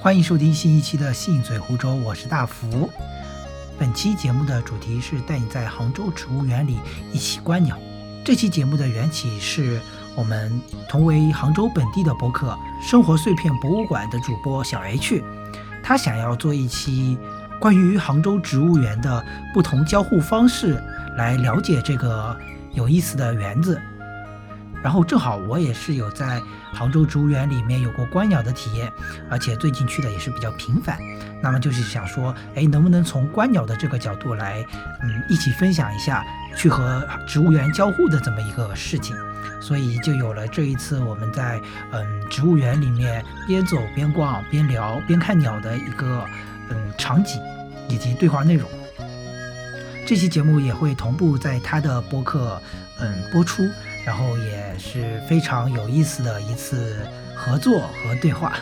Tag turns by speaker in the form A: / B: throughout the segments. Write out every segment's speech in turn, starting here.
A: 欢迎收听新一期的《信嘴湖州》，我是大福。本期节目的主题是带你在杭州植物园里一起观鸟。这期节目的缘起是我们同为杭州本地的播客《生活碎片博物馆》的主播小 H，他想要做一期关于杭州植物园的不同交互方式，来了解这个有意思的园子。然后正好我也是有在杭州植物园里面有过观鸟的体验，而且最近去的也是比较频繁。那么就是想说，哎，能不能从观鸟的这个角度来，嗯，一起分享一下去和植物园交互的这么一个事情。所以就有了这一次我们在嗯植物园里面边走边逛边聊边看鸟的一个嗯场景以及对话内容。这期节目也会同步在他的播客嗯播出，然后也是非常有意思的一次合作和对话。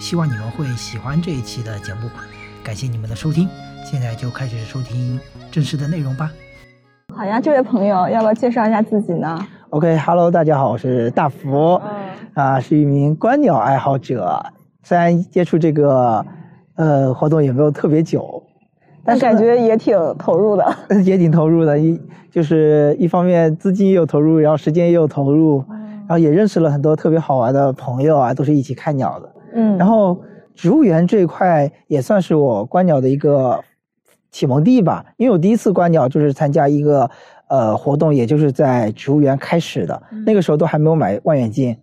A: 希望你们会喜欢这一期的节目，感谢你们的收听。现在就开始收听正式的内容吧。
B: 好呀，这位朋友，要不要介绍一下自己呢？
A: OK，Hello，、大家好，我是大福，啊、是一名观鸟爱好者。虽然接触这个呃活动也没有特别久，
B: 但
A: 但是呢
B: 感觉也挺投入的。
A: 也挺投入的，一就是一方面资金也有投入，然后时间也有投入，然后也认识了很多特别好玩的朋友啊，都是一起看鸟的。
B: 嗯，
A: 然后植物园这一块也算是我观鸟的一个启蒙地吧，因为我第一次观鸟就是参加一个呃活动，也就是在植物园开始的，那个时候都还没有买望远镜。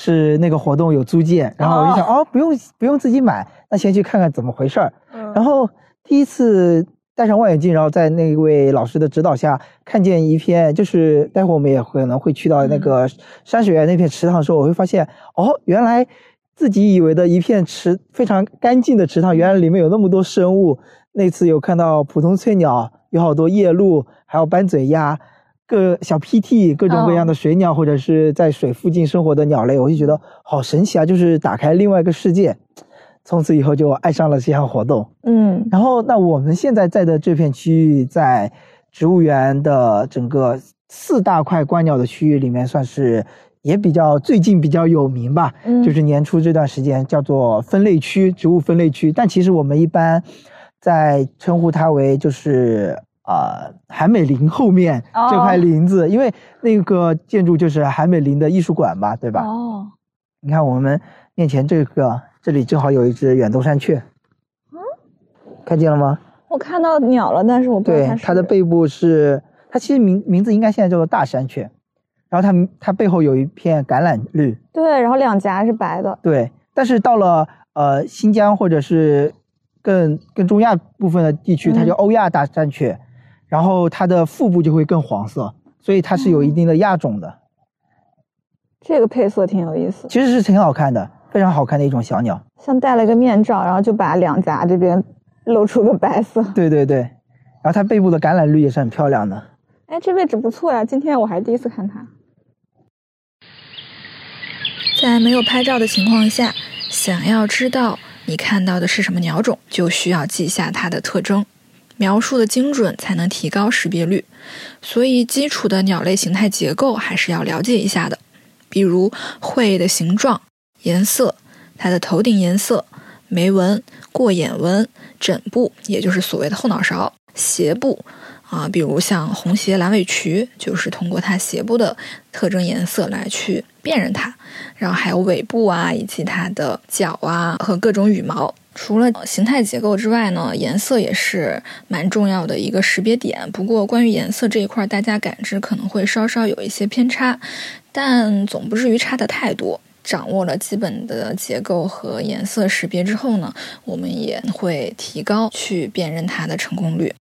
A: 是那个活动有租借，然后我就想哦，不用不用自己买，那先去看看怎么回事儿。然
C: 嗯
B: 然
A: 后第一次戴上望远镜，然后在那位老师的指导下，看见一片，就是待会我们也可能会去到那个山水园那片池塘的时候，我会发现，哦，原来自己以为的一片池非常干净的池塘，原来里面有那么多生物。那次有看到普通翠鸟，有好多夜鹭，还有斑嘴鸭。各小 PT 各种各样的水鸟，或者是在水附近生活的鸟类，我就觉得好神奇啊！就是打开另外一个世界，从此以后就爱上了这项活动。
B: 嗯
A: 然后，那我们现在在的这片区域，在植物园的整个四大块观鸟的区域里面，算是也比较最近比较有名吧。
B: 嗯，
A: 就是年初这段时间叫做分类区，植物分类区。但其实我们一般在称呼它为就是呃韩美林后面这块
B: 哦
A: 林子，因为那个建筑就是韩美林的艺术馆吧，对吧？
B: 哦，
A: 你看我们面前这个，这里正好有一只远东山雀，
B: 嗯
A: 看见了吗？
B: 我看到鸟了，但是我不知道
A: 对
B: 它，
A: 它的
B: 是
A: 背部是，它其实名名字应该现在叫做大山雀，然后它它背后有一片橄榄绿，
B: 对，然后两颊是白的。
A: 对。但是到了呃新疆或者是更更中亚部分的地区，它叫
B: 嗯
A: 欧亚大山雀，然后它的腹部就会更黄色，所以它
B: 嗯
A: 是有一定的亚种的，
B: 这个配色挺有意思，
A: 其实是挺好看的，非常好看的一种小鸟。
B: 像戴了一个面罩，然后就把两颊这边露出个白色。
A: 对对对，然后它背部的橄榄绿也是很漂亮的。
B: 哎，这位置不错呀，今天我还第一次看它。
C: 在没有拍照的情况下，想要知道你看到的是什么鸟种，就需要记下它的特征，描述的精准才能提高识别率。所以，基础的鸟类形态结构还是要了解一下的，比如喙的形状、颜色、它的头顶颜色、眉纹、过眼纹、枕部，也就是所谓的后脑勺、斜部。啊，比如像红斜蓝尾渠，就是通过它斜部的特征颜色来去辨认它。然后还有尾部啊，以及它的脚啊和各种羽毛。除了形态结构之外呢，颜色也是蛮重要的一个识别点。不过关于颜色这一块儿，大家感知可能会稍稍有一些偏差，但总不至于差的太多。掌握了基本的结构和颜色识别之后呢，我们也会提高去辨认它的成功率。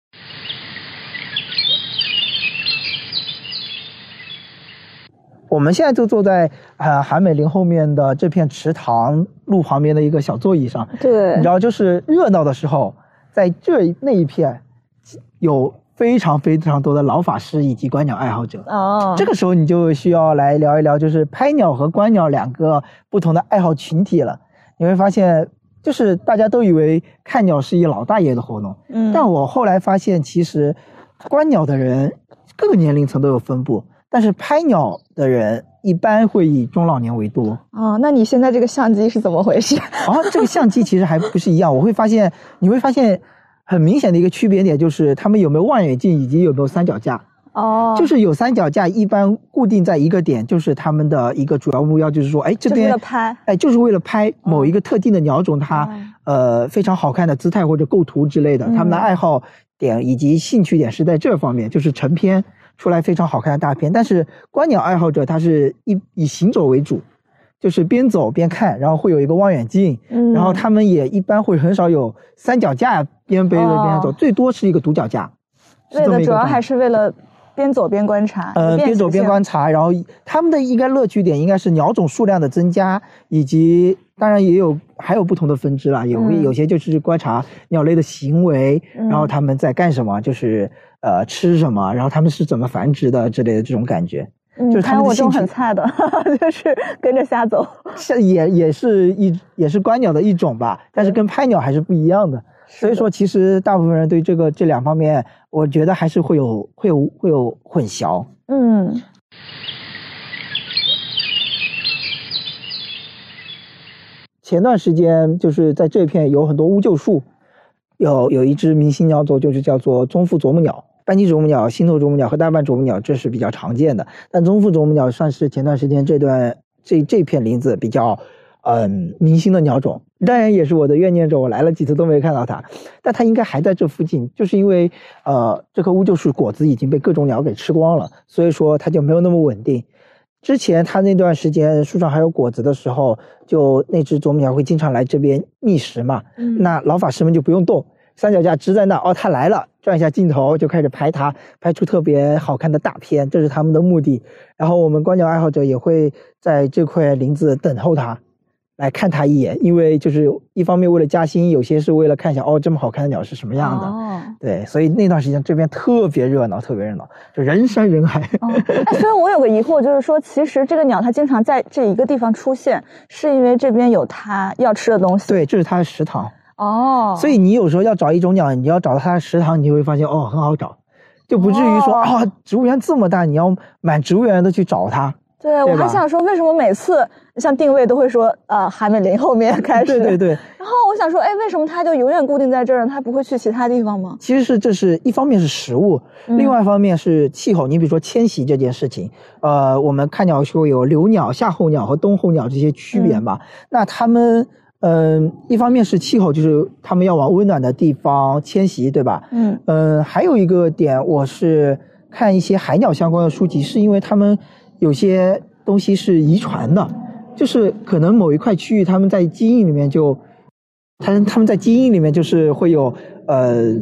A: 我们现在就坐在呃韩美林后面的这片池塘路旁边的一个小座椅上，
B: 对
A: 你知，道，就是热闹的时候，在这那一片有非常非常多的老法师以及观鸟爱好者。
C: 嗯
B: 哦，
A: 这个时候你就需要来聊一聊，就是拍鸟和观鸟两个不同的爱好群体了。你会发现，就是大家都以为看鸟是一老大爷的活动，
B: 嗯，
A: 但我后来发现，其实观鸟的人各个年龄层都有分布，但是拍鸟的人一般会以中老年为多。
D: 哦，那你现在这个相机是怎么回事？
A: 啊，这个相机其实还不是一样，我会发现你会发现很明显的一个区别点就是他们有没有望远镜以及有没有三脚架。
D: 哦，
A: 就是有三脚架，一般固定在一个点，就是他们的一个主要目标，就是说，哎，这
D: 就是为
A: 边
D: 了拍。哦
A: 哎，就是为了拍某一个特定的鸟种，它、呃非常好看的姿态或者构图之类的。他们的
D: 嗯
A: 爱好点以及兴趣点是在这方面，就是成片出来非常好看的大片。但是观鸟爱好者他是以以行走为主，就是边走边看，然后会有一个望远镜，
D: 嗯，
A: 然后他们也一般会很少有三脚架边背着边上走，
D: 哦
A: 最多是一个独脚架。是
D: 为
A: 这么
D: 的
A: 一
D: 主
A: 个
D: 要
A: 状态
D: 还是为了边走边观察，
A: 呃，边走边观
D: 察。
A: 察，然后他们的应该乐趣点应该是鸟种数量的增加，以及当然也有还有不同的分支啦，有
D: 嗯
A: 有些就是观察鸟类的行为，
D: 嗯
A: 然后它们在干什么，就是呃吃什么，然后它们是怎么繁殖的之类的这种感觉，
D: 嗯，
A: 就是他
D: 还有
A: 们的
D: 我这种
A: 兴趣
D: 很菜的， 就是跟着瞎走。
A: 是也也是一也是观鸟的一种吧，但是跟拍鸟还是不一样的。 所以说，其实大部分人对这个这两方面，我觉得还是会有会有会有混淆。
D: 嗯，
A: 前段时间就是在这片有很多乌桕树，有有一只明星鸟种就是叫做棕腹啄木鸟、斑鳍啄木鸟、新头啄木鸟和大瓣啄木鸟，这是比较常见的。但棕腹啄木鸟算是前段时间这段这这片林子比较嗯明星的鸟种，当然也是我的怨念种，我来了几次都没看到它，但它应该还在这附近，就是因为呃这棵乌桕树果子已经被各种鸟给吃光了，所以说它就没有那么稳定。之前它那段时间树上还有果子的时候，就那只啄木鸟会经常来这边觅食嘛。
E: 嗯
A: 那老法师们就不用动，三脚架支在那，哦，它来了，转一下镜头就开始拍它，拍出特别好看的大片，这是他们的目的。然后我们观鸟爱好者也会在这块林子等候它，来看它一眼，因为就是一方面为了加薪，有些是为了看一下哦，这么好看的鸟是什么样的。
D: 哦
A: 对，所以那段时间这边特别热闹，特别热闹，就人山人海。
D: 哦，哎，所以我有个疑惑，就是说，其实这个鸟它经常在这一个地方出现，是因为这边有它要吃的东西。
A: 对，这是它的食堂。
D: 哦，
A: 所以你有时候要找一种鸟，你要找到它的食堂，你就会发现哦，很好找，就不至于说
D: 哦
A: 啊、植物园这么大，你要满植物园的去找它。
D: 对我
A: 对吧
D: 还想说，为什么每次像定位都会说呃韩美林后面开始？
A: 对对。对，
D: 然后我想说，哎，为什么它就永远固定在这儿呢？它不会去其他地方吗？
A: 其实是这是一方面是食物，
D: 嗯
A: 另外一方面是气候。你比如说迁徙这件事情，呃，我们看鸟的时候有留鸟、夏候鸟和冬候鸟这些区别
D: 嗯
A: 嘛。那它们，嗯、一方面是气候，就是它们要往温暖的地方迁徙，对吧？
D: 嗯
A: 嗯，还有一个点，我是看一些海鸟相关的书籍，是因为他们有些东西是遗传的，就是可能某一块区域他们在基因里面就，他他们在基因里面就是会有呃，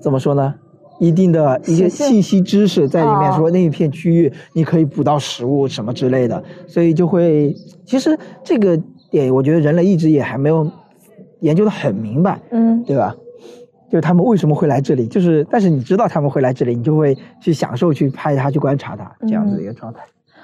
A: 怎么说呢？一定的一些
D: 习性
A: 信息知识在里面，
D: 哦
A: 说那一片区域你可以捕到食物什么之类的，所以就会，其实这个点我觉得人类一直也还没有研究的很明白，
D: 嗯，
A: 对吧？就是他们为什么会来这里？就是，但是你知道他们会来这里，你就会去享受、去拍它、去观察它
D: 嗯
A: 这样子的一个状态。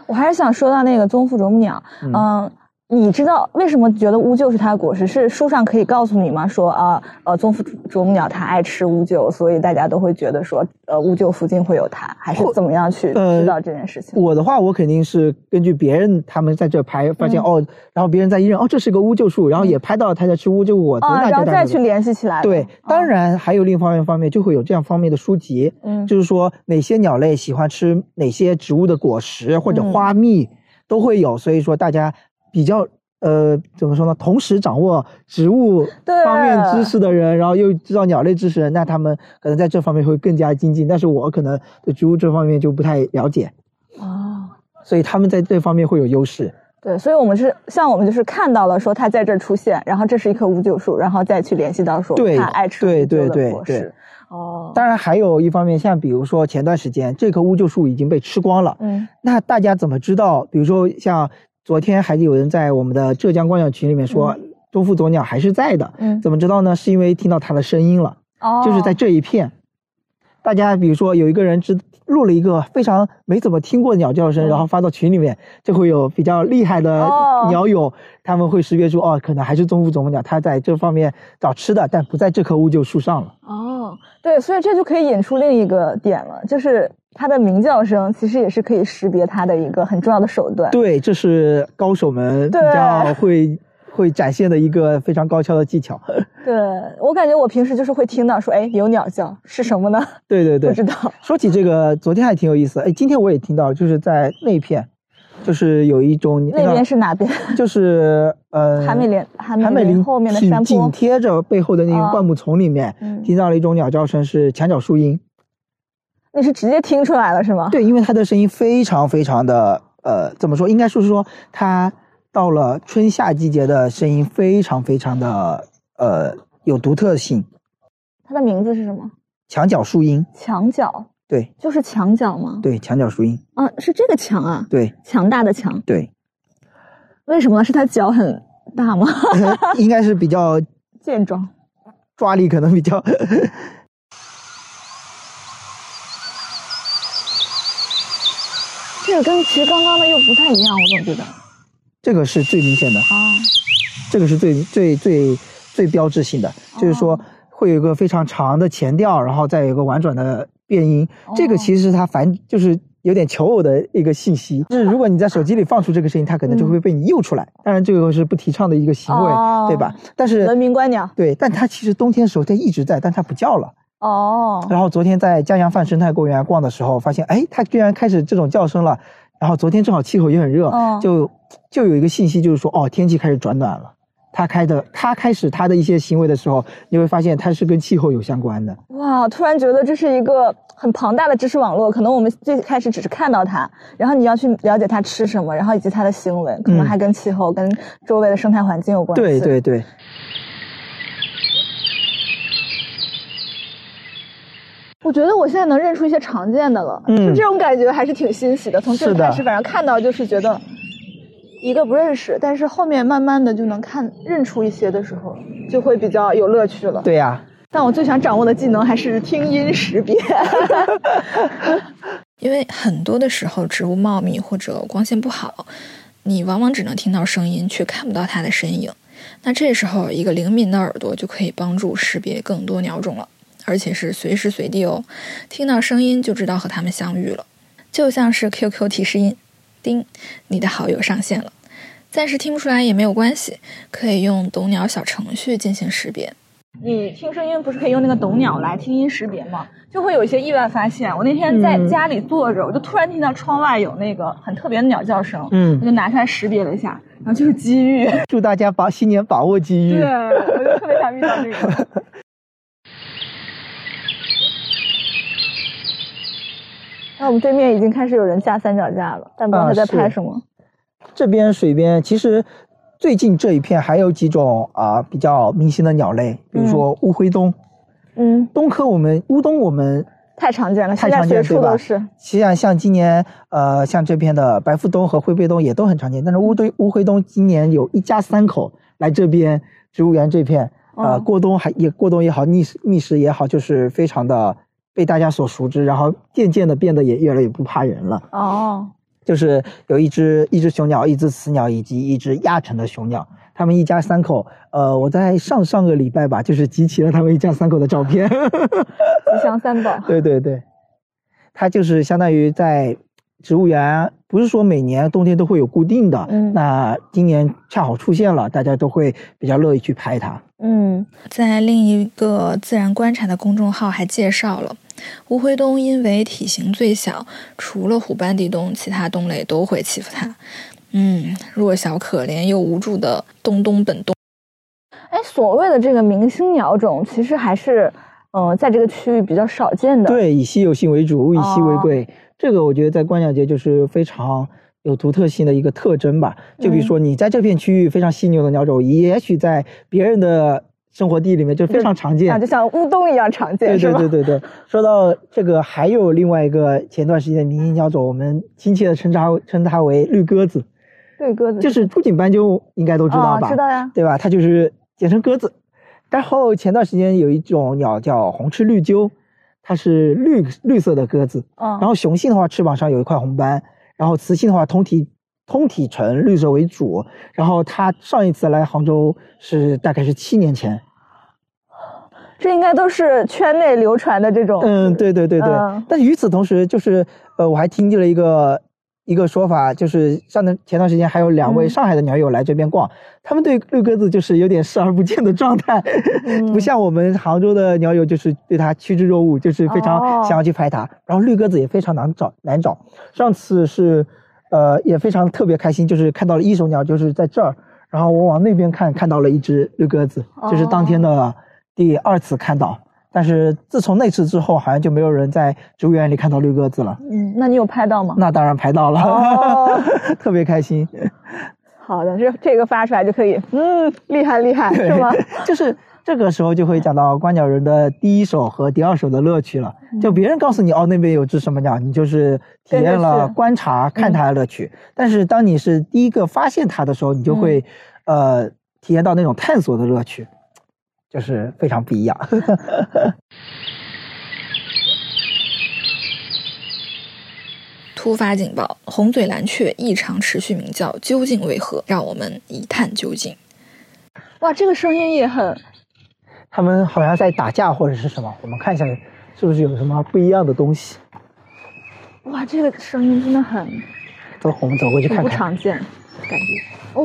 D: 我还是想说到那个棕腹啄木鸟，
A: 嗯
D: 嗯。你知道为什么觉得乌桕是它的果实？是书上可以告诉你吗？说啊，呃，棕腹啄木鸟它爱吃乌桕，所以大家都会觉得说，呃，乌桕附近会有它，还是怎么样去
A: 呃
D: 知道这件事情？
A: 我的话，我肯定是根据别人他们在这拍，发现、
D: 嗯
A: 哦，然后别人在一认哦，这是个乌桕树，然后也拍到他在吃乌桕果子，
D: 啊，
A: 那
D: 然
A: 就
D: 后
A: 带
D: 再
A: 入
D: 去哦联系起来。
A: 对。当，然，还有另一方面方面，就会有这样方面的书籍，
D: 嗯，
A: 就是说哪些鸟类喜欢吃哪些植物的果实或者
D: 嗯
A: 花蜜、都会有，所以说大家比较呃怎么说呢？同时掌握植物
D: 对
A: 方面知识的人，然后又知道鸟类知识的人，那他们可能在这方面会更加精进，但是我可能对植物这方面就不太了解，
D: 哦，
A: 所以他们在这方面会有优势。
D: 对，所以我们是像我们就是看到了说它在这儿出现，然后这是一棵无救树，然后再去联系到说
A: 对
D: 它爱吃
A: 对
D: 无救
A: 对对
D: 的果
A: 对
D: 实。哦，
A: 当然，还有一方面，像比如说前段时间这棵乌桕树已经被吃光了，
D: 嗯
A: 那大家怎么知道？比如说像昨天还有人在我们的浙江观鸟群里面说，中腹啄鸟还是在的，
D: 嗯，
A: 怎么知道呢？是因为听到它的声音了，
D: 哦，
A: 就是在这一片。大家比如说有一个人只录了一个非常没怎么听过的鸟叫声，
D: 嗯
A: 然后发到群里面，就会有比较厉害的
D: 哦
A: 鸟友，他们会识别出哦，可能还是中腹啄木鸟，它在这方面找吃的，但不在这棵乌桕树上了。
D: 哦，对，所以这就可以引出另一个点了，就是它的鸣叫声其实也是可以识别它的一个很重要的手段。
A: 对，这是高手们比
D: 对
A: 较会会展现的一个非常高超的技巧。
D: 对我感觉我平时就是会听到说，哎，有鸟叫是什么呢？
A: 对对
D: 不
A: 对
D: 知，道。
A: 说起这个，昨天还挺有意思。哎，今天我也听到，就是在内片，就是有一种你看
D: 那边是哪边？
A: 就是呃，
D: 韩美林，韩
A: 韩
D: 美
A: 美
D: 林
A: 林
D: 后面的
A: 紧
D: 山坡
A: 紧。贴着背后的那个
D: 啊
A: 灌木丛里面，
D: 嗯
A: 听到了一种鸟叫声，是墙角树鹰。
D: 你是直接听出来了是吗？
A: 对，因为它的声音非常非常的呃，怎么说？应该说是说它到了春夏季节的声音非常非常的呃有独特性。
D: 它的名字是什么？
A: 墙角树鹰，
D: 墙角，
A: 对
D: 就是墙角吗？
A: 对，墙角树鹰，
D: 啊，是这个墙啊，
A: 对
D: 强大的强。
A: 对，
D: 为什么呢？是它脚很大吗？
A: 应该是比较
D: 健壮。
A: 抓力可能比较
D: 这个跟其实刚刚的又不太一样，我总觉得啊，
A: 这个是最明显的，这个是最最最最标志性的，就是
D: 哦
A: 说会有一个非常长的前调，然后再有一个婉转的变音。这个
D: 哦
A: 其实是它反就是有点求偶的一个信息，就是如果你在手机里放出这个声音，它可能就
D: 嗯
A: 会被你诱出来。当然，这个是不提倡的一个行为，
D: 哦
A: 对吧？但是
D: 文明观鸟
A: 对，但它其实冬天的时候它一直在，但它不叫了。
D: 哦，
A: 然后昨天在江阳泛生态公园逛的时候，发现哎，它居然开始这种叫声了。然后昨天正好气候也很热，
D: 嗯
A: 就就有一个信息就是说，哦，天气开始转暖了。它开的，它开始它的一些行为的时候，你会发现它是跟气候有相关的。
D: 哇，突然觉得这是一个很庞大的知识网络，可能我们最开始只是看到它，然后你要去了解它吃什么，然后以及它的行为，可
A: 嗯
D: 能还跟气候、跟周围的生态环境有关系。
A: 对对对，
D: 我觉得我现在能认出一些常见的了，
A: 嗯
D: 就这种感觉还是挺欣喜的。从这
A: 是
D: 个
A: 的
D: 开始，反正看到就是觉得一个不认识，但是后面慢慢的就能看认出一些的时候，就会比较有乐趣了。
A: 对呀、
D: 但我最想掌握的技能还是听音识别。
C: 因为很多的时候植物茂密或者光线不好，你往往只能听到声音，却看不到它的身影。那这时候，一个灵敏的耳朵就可以帮助识别更多鸟种了，而且是随时随地哦，听到声音就知道和它们相遇了，就像是 QQ 提示音，叮，你的好友上线了。暂时听不出来也没有关系，可以用懂鸟小程序进行识别。
D: 你听声音不是可以用那个懂鸟来听音识别吗？就会有一些意外发现。我那天在
A: 嗯
D: 家里坐着，我就突然听到窗外有那个很特别的鸟叫声，
A: 嗯
D: 我就拿出来识别了一下，然后就是机遇。
A: 祝大家把新年把握机遇
D: 对，。我就特别想遇到这个。 那我们对面已经开始有人架三脚架了，但不知道他在拍什
A: 啊
D: 么。
A: 这边水边其实最近这一片还有几种啊、比较明显的鸟类，比如说乌灰鸫，
D: 嗯，
A: 东科我们乌鸫我们
D: 太常见了，
A: 太
D: 现在
A: 常见
D: 随
A: 了
D: 处
A: 对吧
D: 都是。
A: 实际上，像今年，呃，像这片的白腹鸫和灰背鸫也都很常见，但是乌堆乌灰鸫今年有一家三口来这边植物园这片，呃，
D: 嗯
A: 过冬还也过冬也好，觅食觅食也好，就是非常的被大家所熟知，然后渐渐的变得也越来越不怕人了。
D: 哦，
A: 就是有一只一只雄鸟，一只雌鸟以及一只亚成的雄鸟，它们一家三口，呃，我在上上个礼拜吧，就是集齐了它们一家三口的照片。
D: 吉祥三 宝。
A: 对对对，它就是相当于在植物园，不是说每年冬天都会有固定的，
D: 嗯
A: 那今年恰好出现了，大家都会比较乐意去拍它。
D: 嗯，
C: 在另一个自然观察的公众号还介绍了，乌灰鸫因为体型最小，除了虎斑地鸫，其他鸫类都会欺负它。嗯，弱小可怜又无助的东东本东，
D: 哎，所谓的这个明星鸟种，其实还是，嗯、在这个区域比较少见的。，
A: 对，以稀有性为主，以稀为
D: 哦
A: 贵，这个我觉得在观鸟节就是非常。有独特性的一个特征吧，就比如
D: 嗯
A: 说你在这片区域非常稀有的鸟种，也许在别人的生活地里面就非常常见，
D: 啊，就像乌冬一样常见，
A: 对
D: 是
A: 对
D: 吧？
A: 对对对，说到这个，还有另外一个前段时间的明星鸟种，我们亲切的称它称它为绿鸽子，
D: 对，鸽子
A: 就是朱颈斑鸠，应该都知道
D: 哦
A: 吧？
D: 知道呀。
A: 对吧？它就是简称鸽子。然后前段时间有一种鸟叫红翅绿鸠，它是绿绿色的鸽子，
D: 嗯，
A: 然后雄性的话翅膀上有一块红斑，然后雌性的话通体通体呈绿色为主。然后它上一次来杭州是大概是七年前，
D: 这应该都是圈内流传的这种。
A: 嗯，对对对对。
D: 嗯
A: 但与此同时，就是呃，我还听见了一个一个说法，就是上段前段时间还有两位
D: 嗯
A: 上海的鸟友来这边逛，他们对绿鸽子就是有点视而不见的状态， 不
D: 嗯
A: 像我们杭州的鸟友就是对它趋之若鹜，就是非常
D: 哦
A: 想要去拍它。然后绿鸽子也非常难找难找。上次是呃也非常特别开心，就是看到了一手鸟，就是在这儿，然后我往那边看看到了一只绿鸽子，就是当天的第二次看到。但是自从那次之后，好像就没有人在植物园里看到绿鸽子了。
D: 嗯，那你有拍到吗？
A: 那当然拍到了，
D: 哦
A: 特别开心。
D: 好的，这这个发出来就可以，嗯，厉害厉害，是 吗？？
A: 就是这个时候就会讲到观鸟人的第一手和第二手的乐趣了。就别人告诉你哦，那边有只什么鸟，你就是嗯体验
D: 跟着
A: 了
D: 去
A: 观察、看它的乐趣。但是当你是第一个发现它的时候，你就会、呃体验到那种探索的乐趣，就是非常不一样。
C: 突发警报，红嘴蓝雀异常持续鸣叫，究竟为何？让我们一探究竟。
D: 哇，这个声音也很，
A: 他们好像在打架或者是什么，我们看一下是不是有什么不一样的东西。
D: 哇，这个声音真的很
A: 走，我们走过去看
D: 不
A: 看。
D: 常见，感觉哦，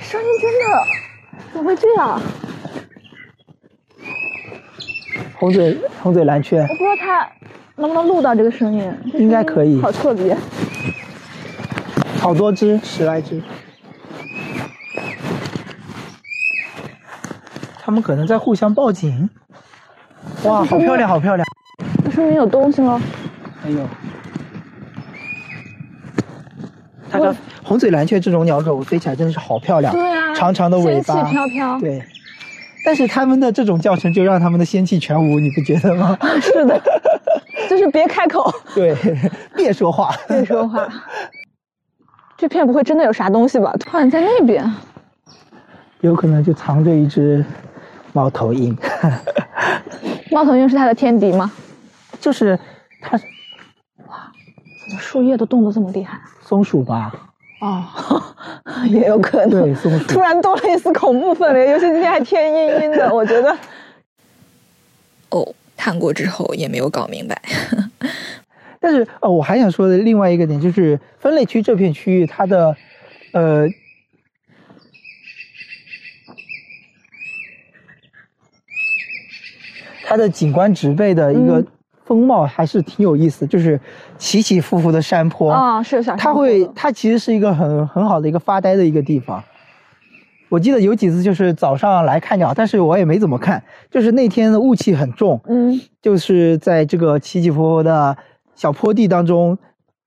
D: 声音真的怎么会这样？我
A: 红嘴红嘴蓝 雀
D: 不知道它能不能录到这个声音，这
A: 应该
D: 声音
A: 可以
D: 好特别，
A: 好多只，十来只。他们可能在互相报警。哇，好漂亮，好漂亮！
D: 这说明有东西喽。
A: 哎呦，它的红嘴蓝雀这种鸟种飞起来真的是好漂亮，
D: 对啊，
A: 长长的尾
D: 仙
A: 巴
D: 气，飘飘。
A: 对。但是它们的这种叫声就让它们的仙气全无，你不觉得 吗？
D: 是的， 就是别开口，
A: 对， 别说话。
D: 别说话。 这片不会真的有啥东西吧？好像在那边。
A: 有可能就藏着一只猫头鹰。
D: 猫头鹰是它的天敌吗？
A: 就是它是
D: 怎么树叶都动得这么厉害？
A: 松鼠吧？
D: 哦， 也有可能。
A: 对，松鼠
D: 突。然多了一丝恐怖氛围，尤其今天还天阴阴的，我觉 得
C: 哦，看过之后也没有搞明白。
A: 但是呃，我还想说的另外一个点就是分类区这片区域它的呃。它的景观植被的一个
D: 嗯
A: 风貌还是挺有意思，就是起起伏伏的山坡，
D: 啊、是有小
A: 它
D: 山坡
A: 会
D: 的，
A: 它其实是一个很很好的一个发呆的一个地方。我记得有几次就是早上来看鸟，但是我也没怎么看，就是那天的雾气很重，
D: 嗯，
A: 就是在这个起起伏伏的小坡地当中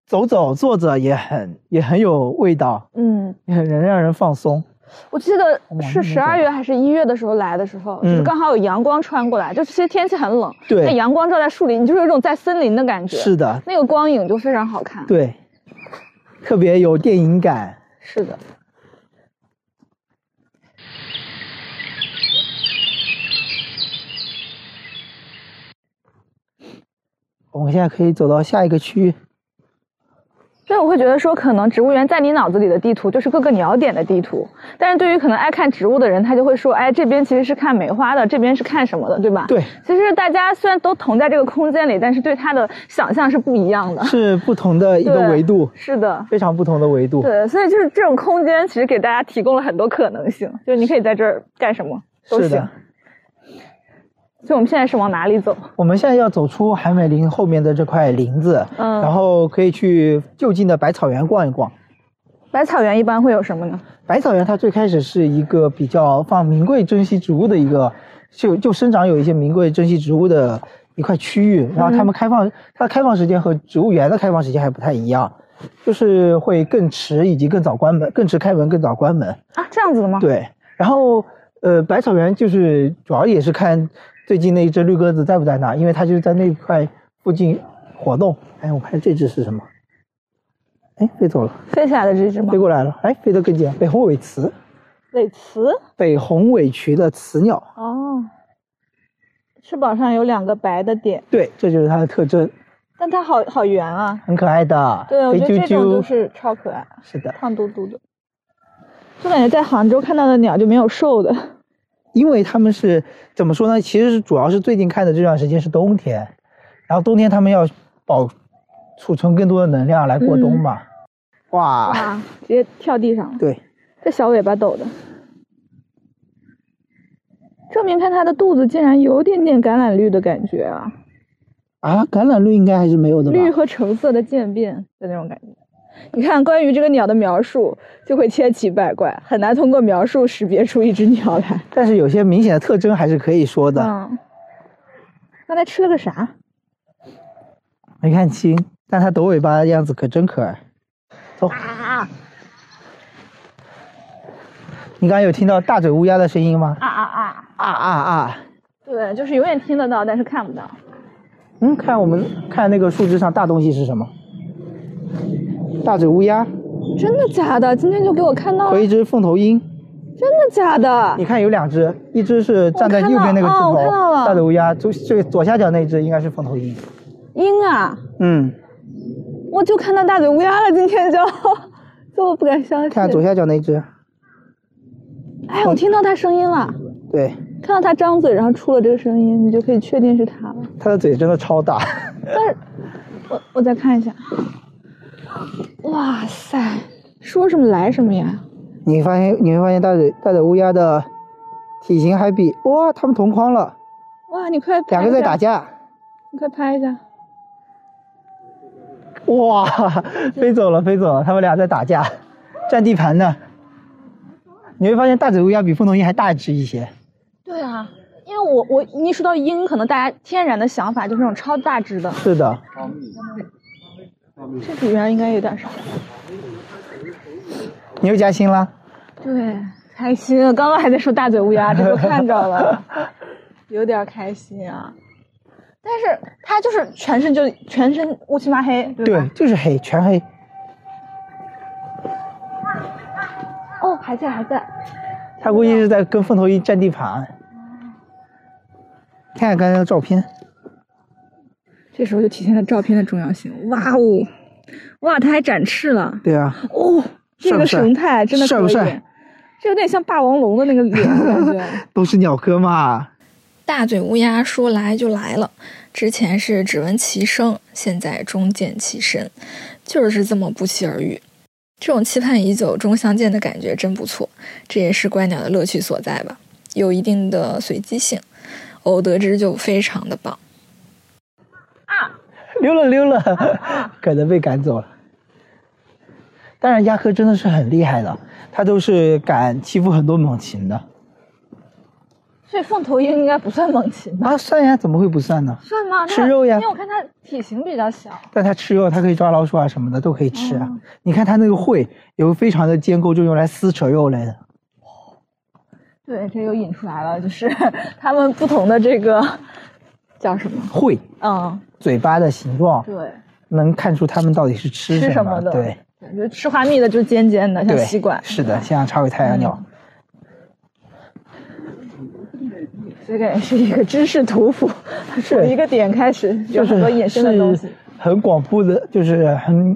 A: 走走坐着，也很也很有味道，
D: 嗯，
A: 也很能让人放松。
D: 我记得
A: 往那
D: 是
A: 边
D: 十二月还是一月的时候来的时候，
A: 嗯
D: 就是刚好有阳光穿过来，就其实天气很冷，
A: 对
D: 但阳光照在树林，你就是有一种在森林的感觉，
A: 是的，
D: 那个光影就非常好看。，
A: 对，特别有电影感。
D: 是的。
A: 我们现在可以走到下一个区域。
D: 所以我会觉得说，可能植物园在你脑子里的地图就是各个鸟点的地图，但是对于可能爱看植物的人，他就会说，哎，这边其实是看梅花的，这边是看什么的，对吧？。
A: 对，
D: 其实大家虽然都同在这个空间里，但是对它的想象是不一样的。
A: 是不同的一个
D: 啊对
A: 维度，
D: 是的，
A: 非常不同的维度。
D: 对，所以就是这种空间其实给大家提供了很多可能性，就是你可以在这儿干什么都
A: 是
D: 行。
A: 的，
D: 所以我们现在是往哪里走？
A: 我们现在要走出韩美林后面的这块林子，
D: 嗯
A: 然后可以去就近的百草园逛一逛。
D: 百草园一般会有什么呢？
A: 百草园它最开始是一个比较放名贵珍稀植物的一个，就就生长有一些名贵珍稀植物的一块区域，然后他们开放，它的开放时间和植物园的开放时间还不太一样，就是会更迟以及更早关门，更迟开门，更早关门。
D: 啊，这样子的吗？
A: 对，然后呃，百草园就是主要也是看最近那一只绿鸽子在不在那，因为它就是在那块附近活动。哎，我看这只是什么？哎，飞走了，
D: 飞起来的这只吗
A: 飞？过来了。哎，飞得更近，北红尾雌，
D: 尾雌。
A: 北红尾渠的雌鸟。
D: 哦，翅膀上有两个白的点，
A: 对，这就是它的特征，
D: 但它好好圆啊。
A: 很可爱的，
D: 对，我
A: 肥
D: 觉得
A: 啾
D: 这种就
A: 啾。
D: 是超可爱，
A: 是的，
D: 胖嘟嘟的。就感觉在杭州看到的鸟就没有瘦的。
A: 因为他们是怎么说呢？其实是主要是最近看的这段时间是冬天，然后冬天他们要保储存更多的能量来过冬嘛。哇，
D: 嗯哇，直接跳地上了，
A: 对，
D: 这小尾巴抖的。正面看它的肚子，竟然有点点橄榄绿的感觉啊，
A: 啊，橄榄绿应该还是没有的吧？
D: 绿和橙色的渐变的那种感觉。你看，关于这个鸟的描述就会千奇百怪，很难通过描述识别出一只鸟来。
A: 但是有些明显的特征还是可以说的。
D: 嗯，刚才吃了个啥？
A: 没看清，但它抖尾巴的样子可真可爱。走。你刚刚有听到大嘴乌鸦的声音吗？
D: 啊啊啊！
A: 啊啊啊！
D: 对，就是永远听得到，但是看不到。
A: 嗯，看我们看那个树枝上大东西是什么？大嘴乌鸦
D: 真的假的？今天就给我看到
A: 和
D: 了，
A: 一只凤头鹰，
D: 真的假的？
A: 你看有两只，一只是站在
D: 我看到
A: 右边那个枝
D: 哦我看到
A: 头，
D: 了
A: 大嘴乌鸦，最最左下角那只应该是凤头鹰。
D: 鹰啊！
A: 嗯，
D: 我就看到大嘴乌鸦了，今天就， 就我不敢相信。
A: 看左下角那只，
D: 哎，我听到它声音了，
A: 对，
D: 看到它张嘴，然后出了这个声音，你就可以确定是它了。
A: 它的嘴真的超大。
D: 但是，我我再看一下，哇塞，说什么来什么呀？
A: 你发现你会发现大嘴大嘴乌鸦的体型还比哇，它们同框了，
D: 哇，你快拍
A: 两
D: 一
A: 个在
D: 下
A: 打，架，
D: 你快拍一下。
A: 哇，飞走了飞走了，它们俩在打架，占地盘呢。你会发现大嘴乌鸦比凤头鹰还大只一些，
D: 对啊，因为我我一说到鹰，可能大家天然的想法就是那种超大只的，
A: 是的，
D: 这里边应该有点啥？
A: 你又加薪啦？
D: 对，开心。啊刚刚还在说大嘴乌鸦，这就看着了，有点开心啊。但是它就是全身就全身乌漆麻黑，对吧？
A: 对，就是黑，全黑。
D: 哦，还在还在，
A: 它估计是在跟凤头鹰占地盘。看看刚才的照片，
D: 这时候就体现了照片的重要性。哇哦，哇，它还展翅了，
A: 对啊，
D: 哦，这
A: 帅
D: 个
A: 不帅
D: 神态真的
A: 帅不
D: 可以
A: 帅
D: 这有点像霸王龙的那个脸感觉。
A: 都是鸟科嘛。
C: 大嘴乌鸦说来就来了，之前是只闻其声，现在终见其身，就是这么不期而遇。这种期盼已久终相见的感觉真不错，这也是观鸟的乐趣所在吧，有一定的随机性，偶得之就非常的棒。
A: 溜了溜了，可能被赶走了。当然，鸦科真的是很厉害的，它都是敢欺负很多猛禽的。
D: 所以凤头鹰应该不算猛禽吧？
A: 啊，算呀，怎么会不算呢？
D: 算吗？
A: 吃肉呀
D: 因为我看它体型比较小。
A: 但它吃肉，它可以抓老鼠啊什么的都可以吃
D: 嗯
A: 啊。你看它那个喙有个非常的坚固，就用来撕扯肉类的。
D: 对，这又引出来了，就是 他们不同的这个叫什么？
A: 喙
D: 嗯，
A: 嘴巴的形状
D: 对，
A: 能看出它们到底是吃
D: 吃
A: 什
D: 什
A: 么
D: 么的？
A: 对，
D: 对，就吃花蜜的就尖尖的，像
A: 对，
D: 吸管。嗯
A: 是的，像叉尾太阳鸟。
D: 这个也是一个知识图谱，从一个点开始有
A: 就是
D: 很多衍生的东西
A: 是。很广布的，就是很，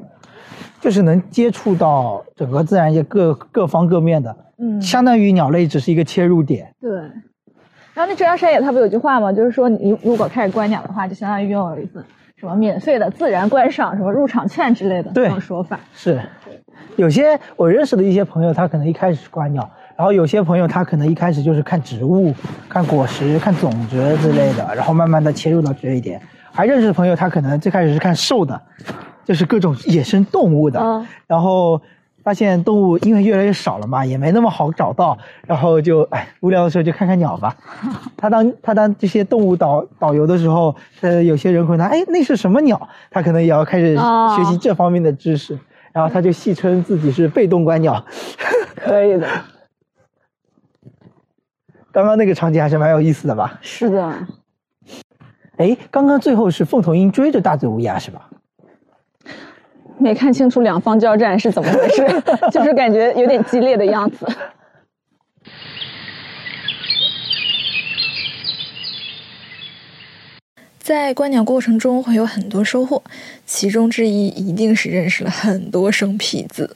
A: 就是能接触到整个自然界各各方各面的，
D: 嗯，
A: 相当于鸟类只是一个切入点。
D: 对。然后那浙江山野它不有句话吗？就是说你如果开始观鸟的话，就相当于拥有了一次什么免费的自然观赏、什么入场券之类的
A: 对
D: 这种说法。
A: 是，有些我认识的一些朋友，他可能一开始是观鸟，然后有些朋友他可能一开始就是看植物、看果实、看种子之类的，然后慢慢的切入到这一点。还认识的朋友，他可能最开始是看兽的，就是各种野生动物的，
D: 嗯
A: 然后发现动物因为越来越少了嘛，也没那么好找到，然后就哎无聊的时候就看看鸟 吧。他当他当这些动物导导游的时候，呃，有些人可能哎那是什么鸟，他可能也要开始
D: 哦
A: 学习这方面的知识，然后他就戏称自己是被动观鸟。
D: 可以的，
A: 刚刚那个场景还是蛮有意思的吧？
D: 是的。
A: 哎，刚刚最后是凤头鹰追着大嘴乌鸦是吧？
D: 没看清楚两方交战是怎么回 事，就是感觉有点激烈的样子。
C: 在观鸟过程中会有很多收获，其中之一一定是认识了很多生僻字，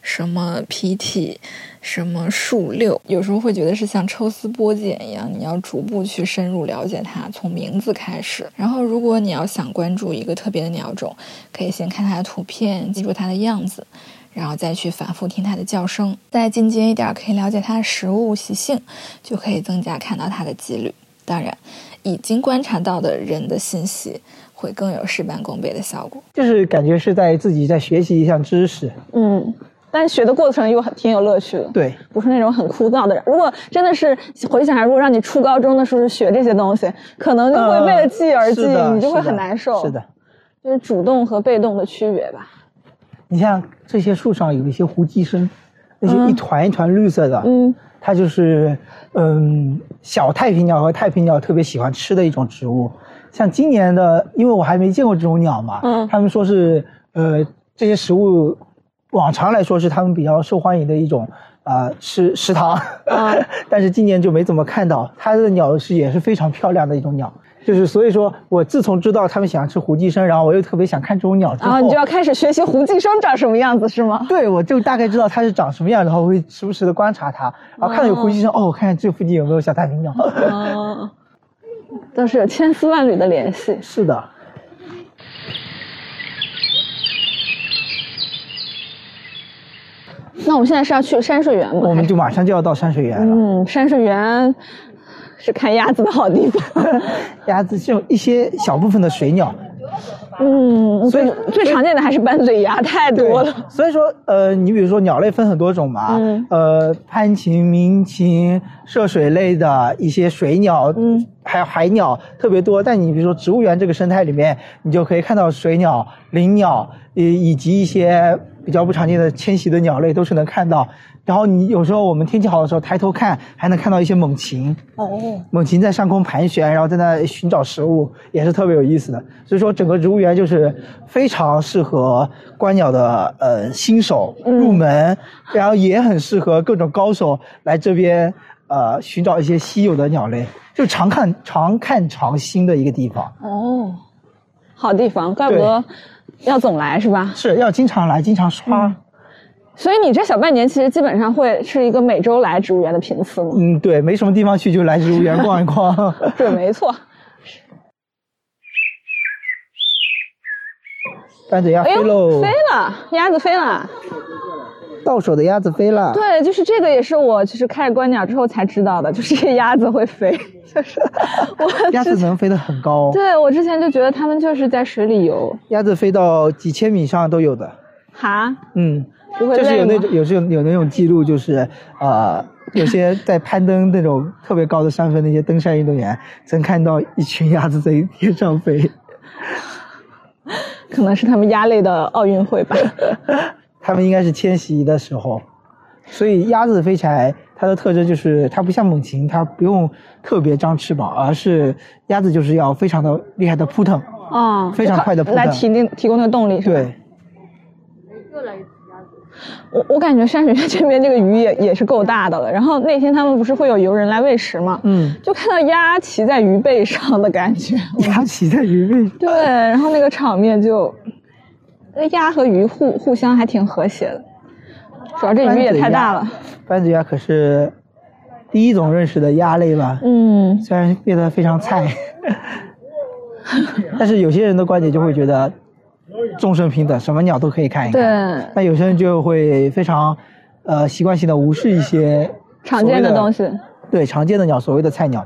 C: 什么鼻涕，什么树六，有时候会觉得是像抽丝剥茧一样，你要逐步去深入了解它，从名字开始。然后，如果你要想关注一个特别的鸟种，可以先看它的图片，记住它的样子。然后再去反复听它的叫声，再进阶一点，可以了解它的食物习性，就可以增加看到它的几率。当然，已经观察到的人的信息会更有事半功倍的效果。
A: 就是感觉是在自己在学习一项知识。
D: 嗯，但学的过程又很挺有乐趣的。
A: 对，
D: 不是那种很枯燥的人。如果真的是回想一下，如果让你初高中的时候学这些东西，可能就会为了记而记，
A: 呃是的
D: 你就会
A: 是的
D: 很难受。
A: 是的，
D: 就是主动和被动的区别吧。
A: 你像这些树上有一些胡姬参，那些一团一团绿色的，
D: 嗯，
A: 它就是嗯小太平鸟和太平鸟特别喜欢吃的一种植物。像今年的，因为我还没见过这种鸟嘛，
D: 嗯
A: 他们说是呃这些食物，往常来说是他们比较受欢迎的一种啊、呃食食堂，
D: 啊
A: 但是今年就没怎么看到。它的鸟是也是非常漂亮的一种鸟。就是所以说，我自从知道他们喜欢吃胡姬参，然后我又特别想看这种鸟之
D: 然
A: 后，
D: 啊后你就要开始学习胡姬生长什么样子，是 吗？
A: 对，我就大概知道它是长什么样，然后会时不时的观察它，然后看到有呼吸声，哦，我看看这附近有没有小太平鸟。
D: 哦，都是有千丝万缕的联 系。
A: 是的，
D: 那我们现在是要去山水园吗？
A: 我
D: 还
A: 们
D: 是
A: 就马上就要到山水园了。
D: 嗯，山水园是看鸭子的好地 方。
A: 鸭子这种一些小部分的水鸟，
D: 嗯，
A: 所以
D: 最最常见的还是斑嘴鸭，太多了。
A: 所以说，呃，你比如说鸟类分很多种嘛，
D: 嗯
A: 呃，攀禽、鸣禽、涉水类的一些水鸟，
D: 嗯，
A: 还有海鸟特别多。但你比如说植物园这个生态里面，你就可以看到水鸟、林鸟，以以及一些比较不常见的迁徙的鸟类都是能看到。然后你有时候我们天气好的时候抬头看，还能看到一些猛禽，
D: 哦，
A: 猛禽在上空盘旋，然后在那寻找食物，也是特别有意思的。所以说，整个植物园就是非常适合观鸟的呃新手入门，然后也很适合各种高手来这边呃寻找一些稀有的鸟类，就常看常看常新的一个地方。
D: 哦，好地方，怪不
A: 对
D: 得要总来是吧？
A: 是要经常来，经常刷。
D: 所以你这小半年其实基本上会是一个每周来植物园的频 次吗？
A: 嗯，对，没什么地方去就来植物园逛一 逛。
D: 对，没
A: 啊
D: 错。
A: 斑嘴鸭
D: 哎
A: 飞
D: 呦，
A: 喽，啊
D: 飞了，鸭子飞了。
A: 到手的鸭子飞了。
D: 对，就是这个也是我就是开始观鸟之后才知道的，就是这个鸭子会飞，就是我
A: 鸭子
D: 之前
A: 能飞得很高，
D: 对我之前就觉得它们就是在水里游，
A: 鸭子飞到几千米以上都有的。
D: 哈，
A: 嗯，
D: 不会
A: 就是有
D: 累
A: 那
D: 吗
A: 种有这种有那种记录，就是呃，有些在攀登那种特别高的山峰，那些登山运动员曾看到一群鸭子在天上飞，
D: 可能是他们鸭类的奥运会吧。
A: 它们应该是迁徙的时候。所以鸭子飞起来，它的特征就是它不像猛禽，它不用特别张翅膀，而是鸭子就是要非常的厉害的扑腾。
D: 啊、
A: 非常快地
D: 就靠来
A: 扑腾
D: 提定提供那个动力是吧？
A: 对，
D: 我我感觉山水院这边这个鱼也也是够大的了。然后那天他们不是会有游人来喂食吗？
A: 嗯，
D: 就看到鸭骑在鱼背上的感觉。
A: 鸭骑在鱼背上。
D: 对，然后那个场面就，那鸭和鱼互互相还挺和谐的。主要这鱼也太大了，
A: 斑嘴鸭可是第一种认识的鸭类吧？
D: 嗯，
A: 虽然变得非常菜， 但是有些人的观点就会觉得众生平等，什么鸟都可以看一
D: 对
A: 看。，那有些人就会非常呃习惯性的无视一些
D: 常见的
A: 所谓
D: 东西，
A: 对常见的鸟，所谓的菜鸟。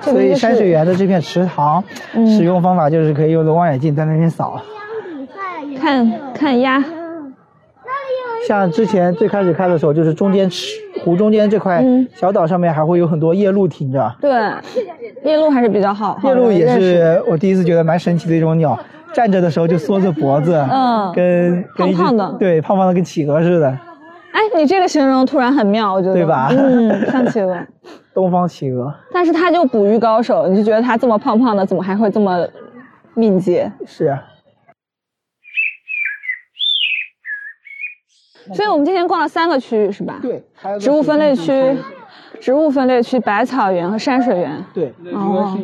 D: 这个
A: 所以
D: 就是
A: 山水园的这片池塘，
D: 嗯
A: 使用方法就是可以用的望远镜在那边扫。
D: 看看鸭，
A: 像之前最开始看的时候，就是中间池湖中间这块
D: 嗯
A: 小岛上面还会有很多夜鹭停着。
D: 对，夜鹭还是比较好，好
A: 夜
D: 的
A: 鹭也
D: 认识
A: 是我第一次觉得蛮神奇的一种鸟，站着的时候就缩着脖子，
D: 嗯
A: 跟跟一只
D: 胖胖的
A: 对，胖胖的跟企鹅似的，
D: 哎，你这个形容突然很妙，我觉得，
A: 对吧
D: 嗯，像 企鹅，
A: 东方企鹅。
D: 但是他就捕鱼高手，你就觉得他这么胖胖的，怎么还会这么敏捷？
A: 是，啊
D: 所以我们今天逛了三个区域，是吧？，
A: 嗯对，还有
D: 植物分类区、植物分类区、百草园和山水园。
A: 对，
D: 哦，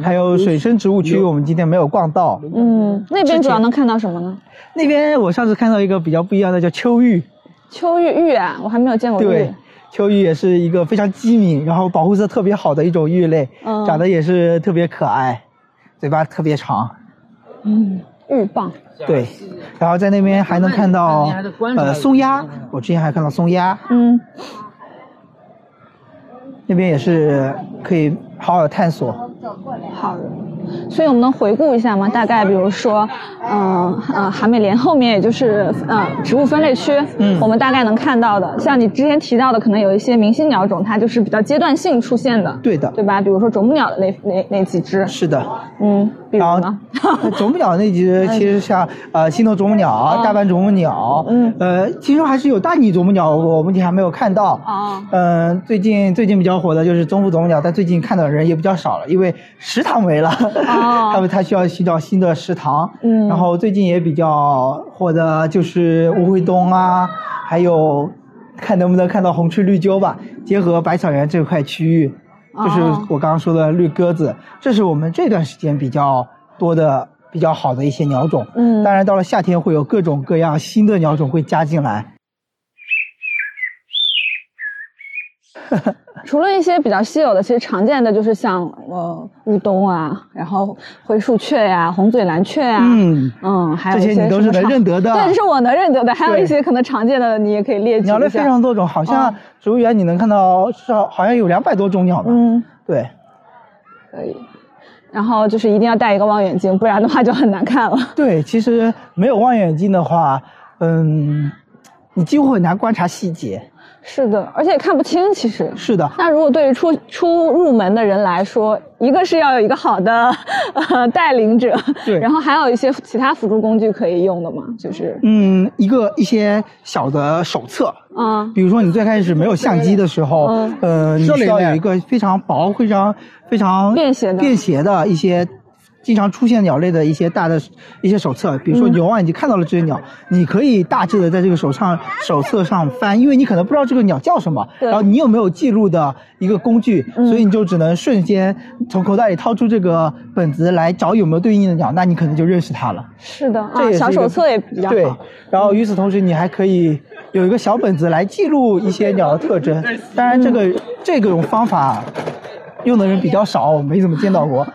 A: 还有水生植物区，我们今天没有逛到。
D: 嗯，那边主要能看到什么呢？
A: 那边我上次看到一个比较不一样的，叫秋玉，
D: 秋玉玉啊，我还没有见过玉
A: 对。，秋玉也是一个非常机敏，然后保护色特别好的一种玉类，
D: 嗯
A: 长得也是特别可爱，嘴巴特别长，
D: 嗯，玉棒。
A: 对。然后在那边还能看到呃松鸦，我之前还看到松鸦，
D: 嗯，
A: 那边也是可以好好探索。
D: 好的。所以我们能回顾一下
A: 嗯
D: 吗？大概比如说，嗯呃，韩美莲后面也就是呃植物分类区，
A: 嗯
D: 我们大概能看到的，像你之前提到的，可能有一些明星鸟种，它就是比较阶段性出现的，
A: 对的，
D: 对吧？比如说啄木鸟的那那那几只，
A: 是的。
D: 嗯，比如
A: 然后
D: 呢？
A: 啄木鸟那几只其实像呃心头啄木鸟、大斑啄木鸟，
D: 嗯
A: 呃，其实还是有大拟啄木鸟，我我目前还没有看到。
D: 啊，
A: 嗯、最近最近比较火的就是棕腹啄木鸟，但最近看到的人也比较少了，因为食堂没了，
D: 哦
A: 他们他需要寻找新的食堂。
D: 嗯
A: 然后最近也比较火的就是乌灰鸫啊，还有看能不能看到红翅绿鸠吧，结合百草园这块区域，就是
D: 哦
A: 我刚刚说的绿鸽子，这是我们这段时间比较多的。比较好的一些鸟种，
D: 嗯
A: 当然到了夏天会有各种各样新的鸟种会加进来，
D: 除了一些比较稀有的，其实常见的就是像呃乌冬啊，然后灰树雀呀、红嘴蓝雀呀、嗯
A: 嗯，
D: 还有
A: 这
D: 一
A: 些你都是能
D: 什么常
A: 认得的
D: 对，这是我能认得的。还有
A: 对
D: 一些可能常见的，你也可以列举一下。
A: 鸟类非常多种，好像植物园你能看到至少好像有两百多种鸟呢。
D: 嗯，
A: 对，
D: 可以。然后就是一定要戴一个望远镜，不然的话就很 难看了。
A: 对，其实没有望远镜的话，嗯，你几乎很难观察细节。
D: 是的，而且也看不清，其实。
A: 是的，
D: 那如果对于初初入门的人来说，一个是要有一个好的 呃带领者，
A: 对
D: 然后还有一些其他辅助工具可以用的嘛，就是
A: 嗯，一个一些小的手册，
D: 嗯
A: 比如说你最开始没有相机的时候，
D: 嗯
A: 呃，你需要有一个非常薄、非常非常
D: 便携的
A: 便携的一些。经常出现鸟类的一些大的一些手册，比如说
D: 嗯
A: 牛啊，你看到了这些鸟，你可以大致的在这个手上手册上翻，因为你可能不知道这个鸟叫什么，
D: 对
A: 然后你又没有记录的一个工具，
D: 嗯
A: 所以你就只能瞬间从口袋里掏出这个本子来找有没有对应的鸟，那你可能就认识它了。
D: 是的
A: 这也
D: 啊，
A: 是一
D: 小
A: 个
D: 手册也比较
A: 对
D: 好。，
A: 然后与此同时，你还可以有一个小本子来记录一些鸟的特征。当然，这
D: 嗯
A: 个这种方法用的人比较少，我没怎么见到 过。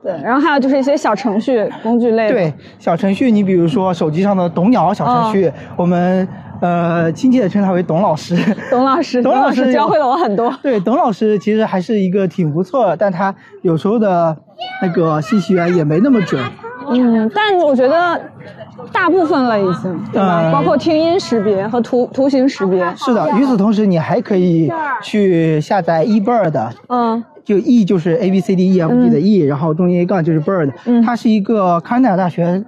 D: 对，然后还有就是一些小程序工具类的。
A: 对，小程序，你比如说手机上的懂鸟小程
D: 哦
A: 序，我们呃亲切的称它为董老师。
D: 董老师，
A: 董
D: 董
A: 老
D: 老
A: 师
D: 嗯师教会了我很多。
A: 对，董老师其实还是一个挺不错的，但他有时候的那个信息源也没那么准。
D: 嗯，但我觉得大部分了已经，对吧？
A: 嗯
D: 包括听音识别和图图形识别。
A: 是的，与此同时，你还可以去下载 eBird
D: 嗯
A: 就 E 就是 A B C D E F G 的 E，、然后中间一杠就是 bird，、
D: 嗯
A: 它是一个康奈尔大学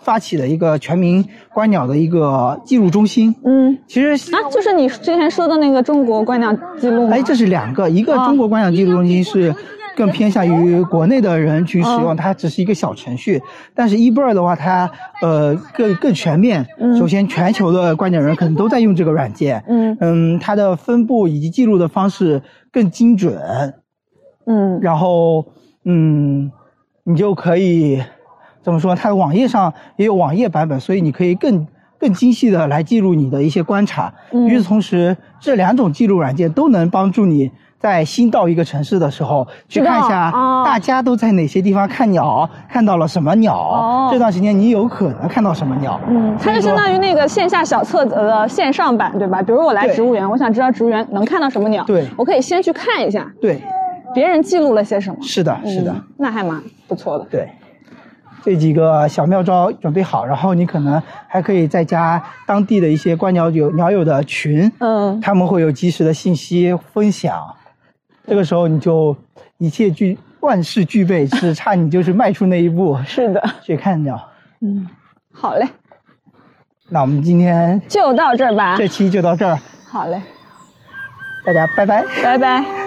A: 发起的一个全民观鸟的一个记录中心。
D: 嗯。
A: 其实，
D: 啊，就是你之前说的那个中国观鸟记录吗？
A: 哎，这是两个，一个
D: 哦
A: 中国观鸟记录中心是更偏向于国内的人去使用，它只是一个小程序。但是 eBird 的话，它呃更更全面。
D: 嗯
A: 首先，全球的观鸟人可能都在用这个软件。
D: 嗯
A: 嗯，它的分布以及记录的方式更精准。
D: 嗯
A: 然后嗯，你就可以怎么说？它的网页上也有网页版本，所以你可以更更精细的来记录你的一些观察。
D: 嗯
A: 与此同时，这两种记录软件都能帮助你。在新到一个城市的时候，去
D: 知道
A: 看一下
D: 哦
A: 大家都在哪些地方看鸟，看到了什么鸟，
D: 哦
A: 这段时间你有可能看到什么鸟。
D: 嗯，它就相当于那个线下小册子的线上版，对吧？比如我来
A: 对
D: 植物园，我想知道植物园能看到什么鸟，
A: 对
D: 我可以先去看一下
A: 对，
D: 别人记录了些什么。
A: 是的，是的。
D: 嗯，那还蛮不错的。
A: 对，这几个小妙招准备好，然后你可能还可以再加当地的一些观鸟友鸟友的群，
D: 嗯，
A: 他们会有及时的信息分享。这个时候你就一切具万事俱备，只差你就是迈出那一步
D: 是的，
A: 去看鸟。
D: 嗯，好嘞，
A: 那我们今天
D: 就到这儿吧。
A: 这期就到这儿，
D: 好嘞，
A: 大家拜拜。
D: 拜拜。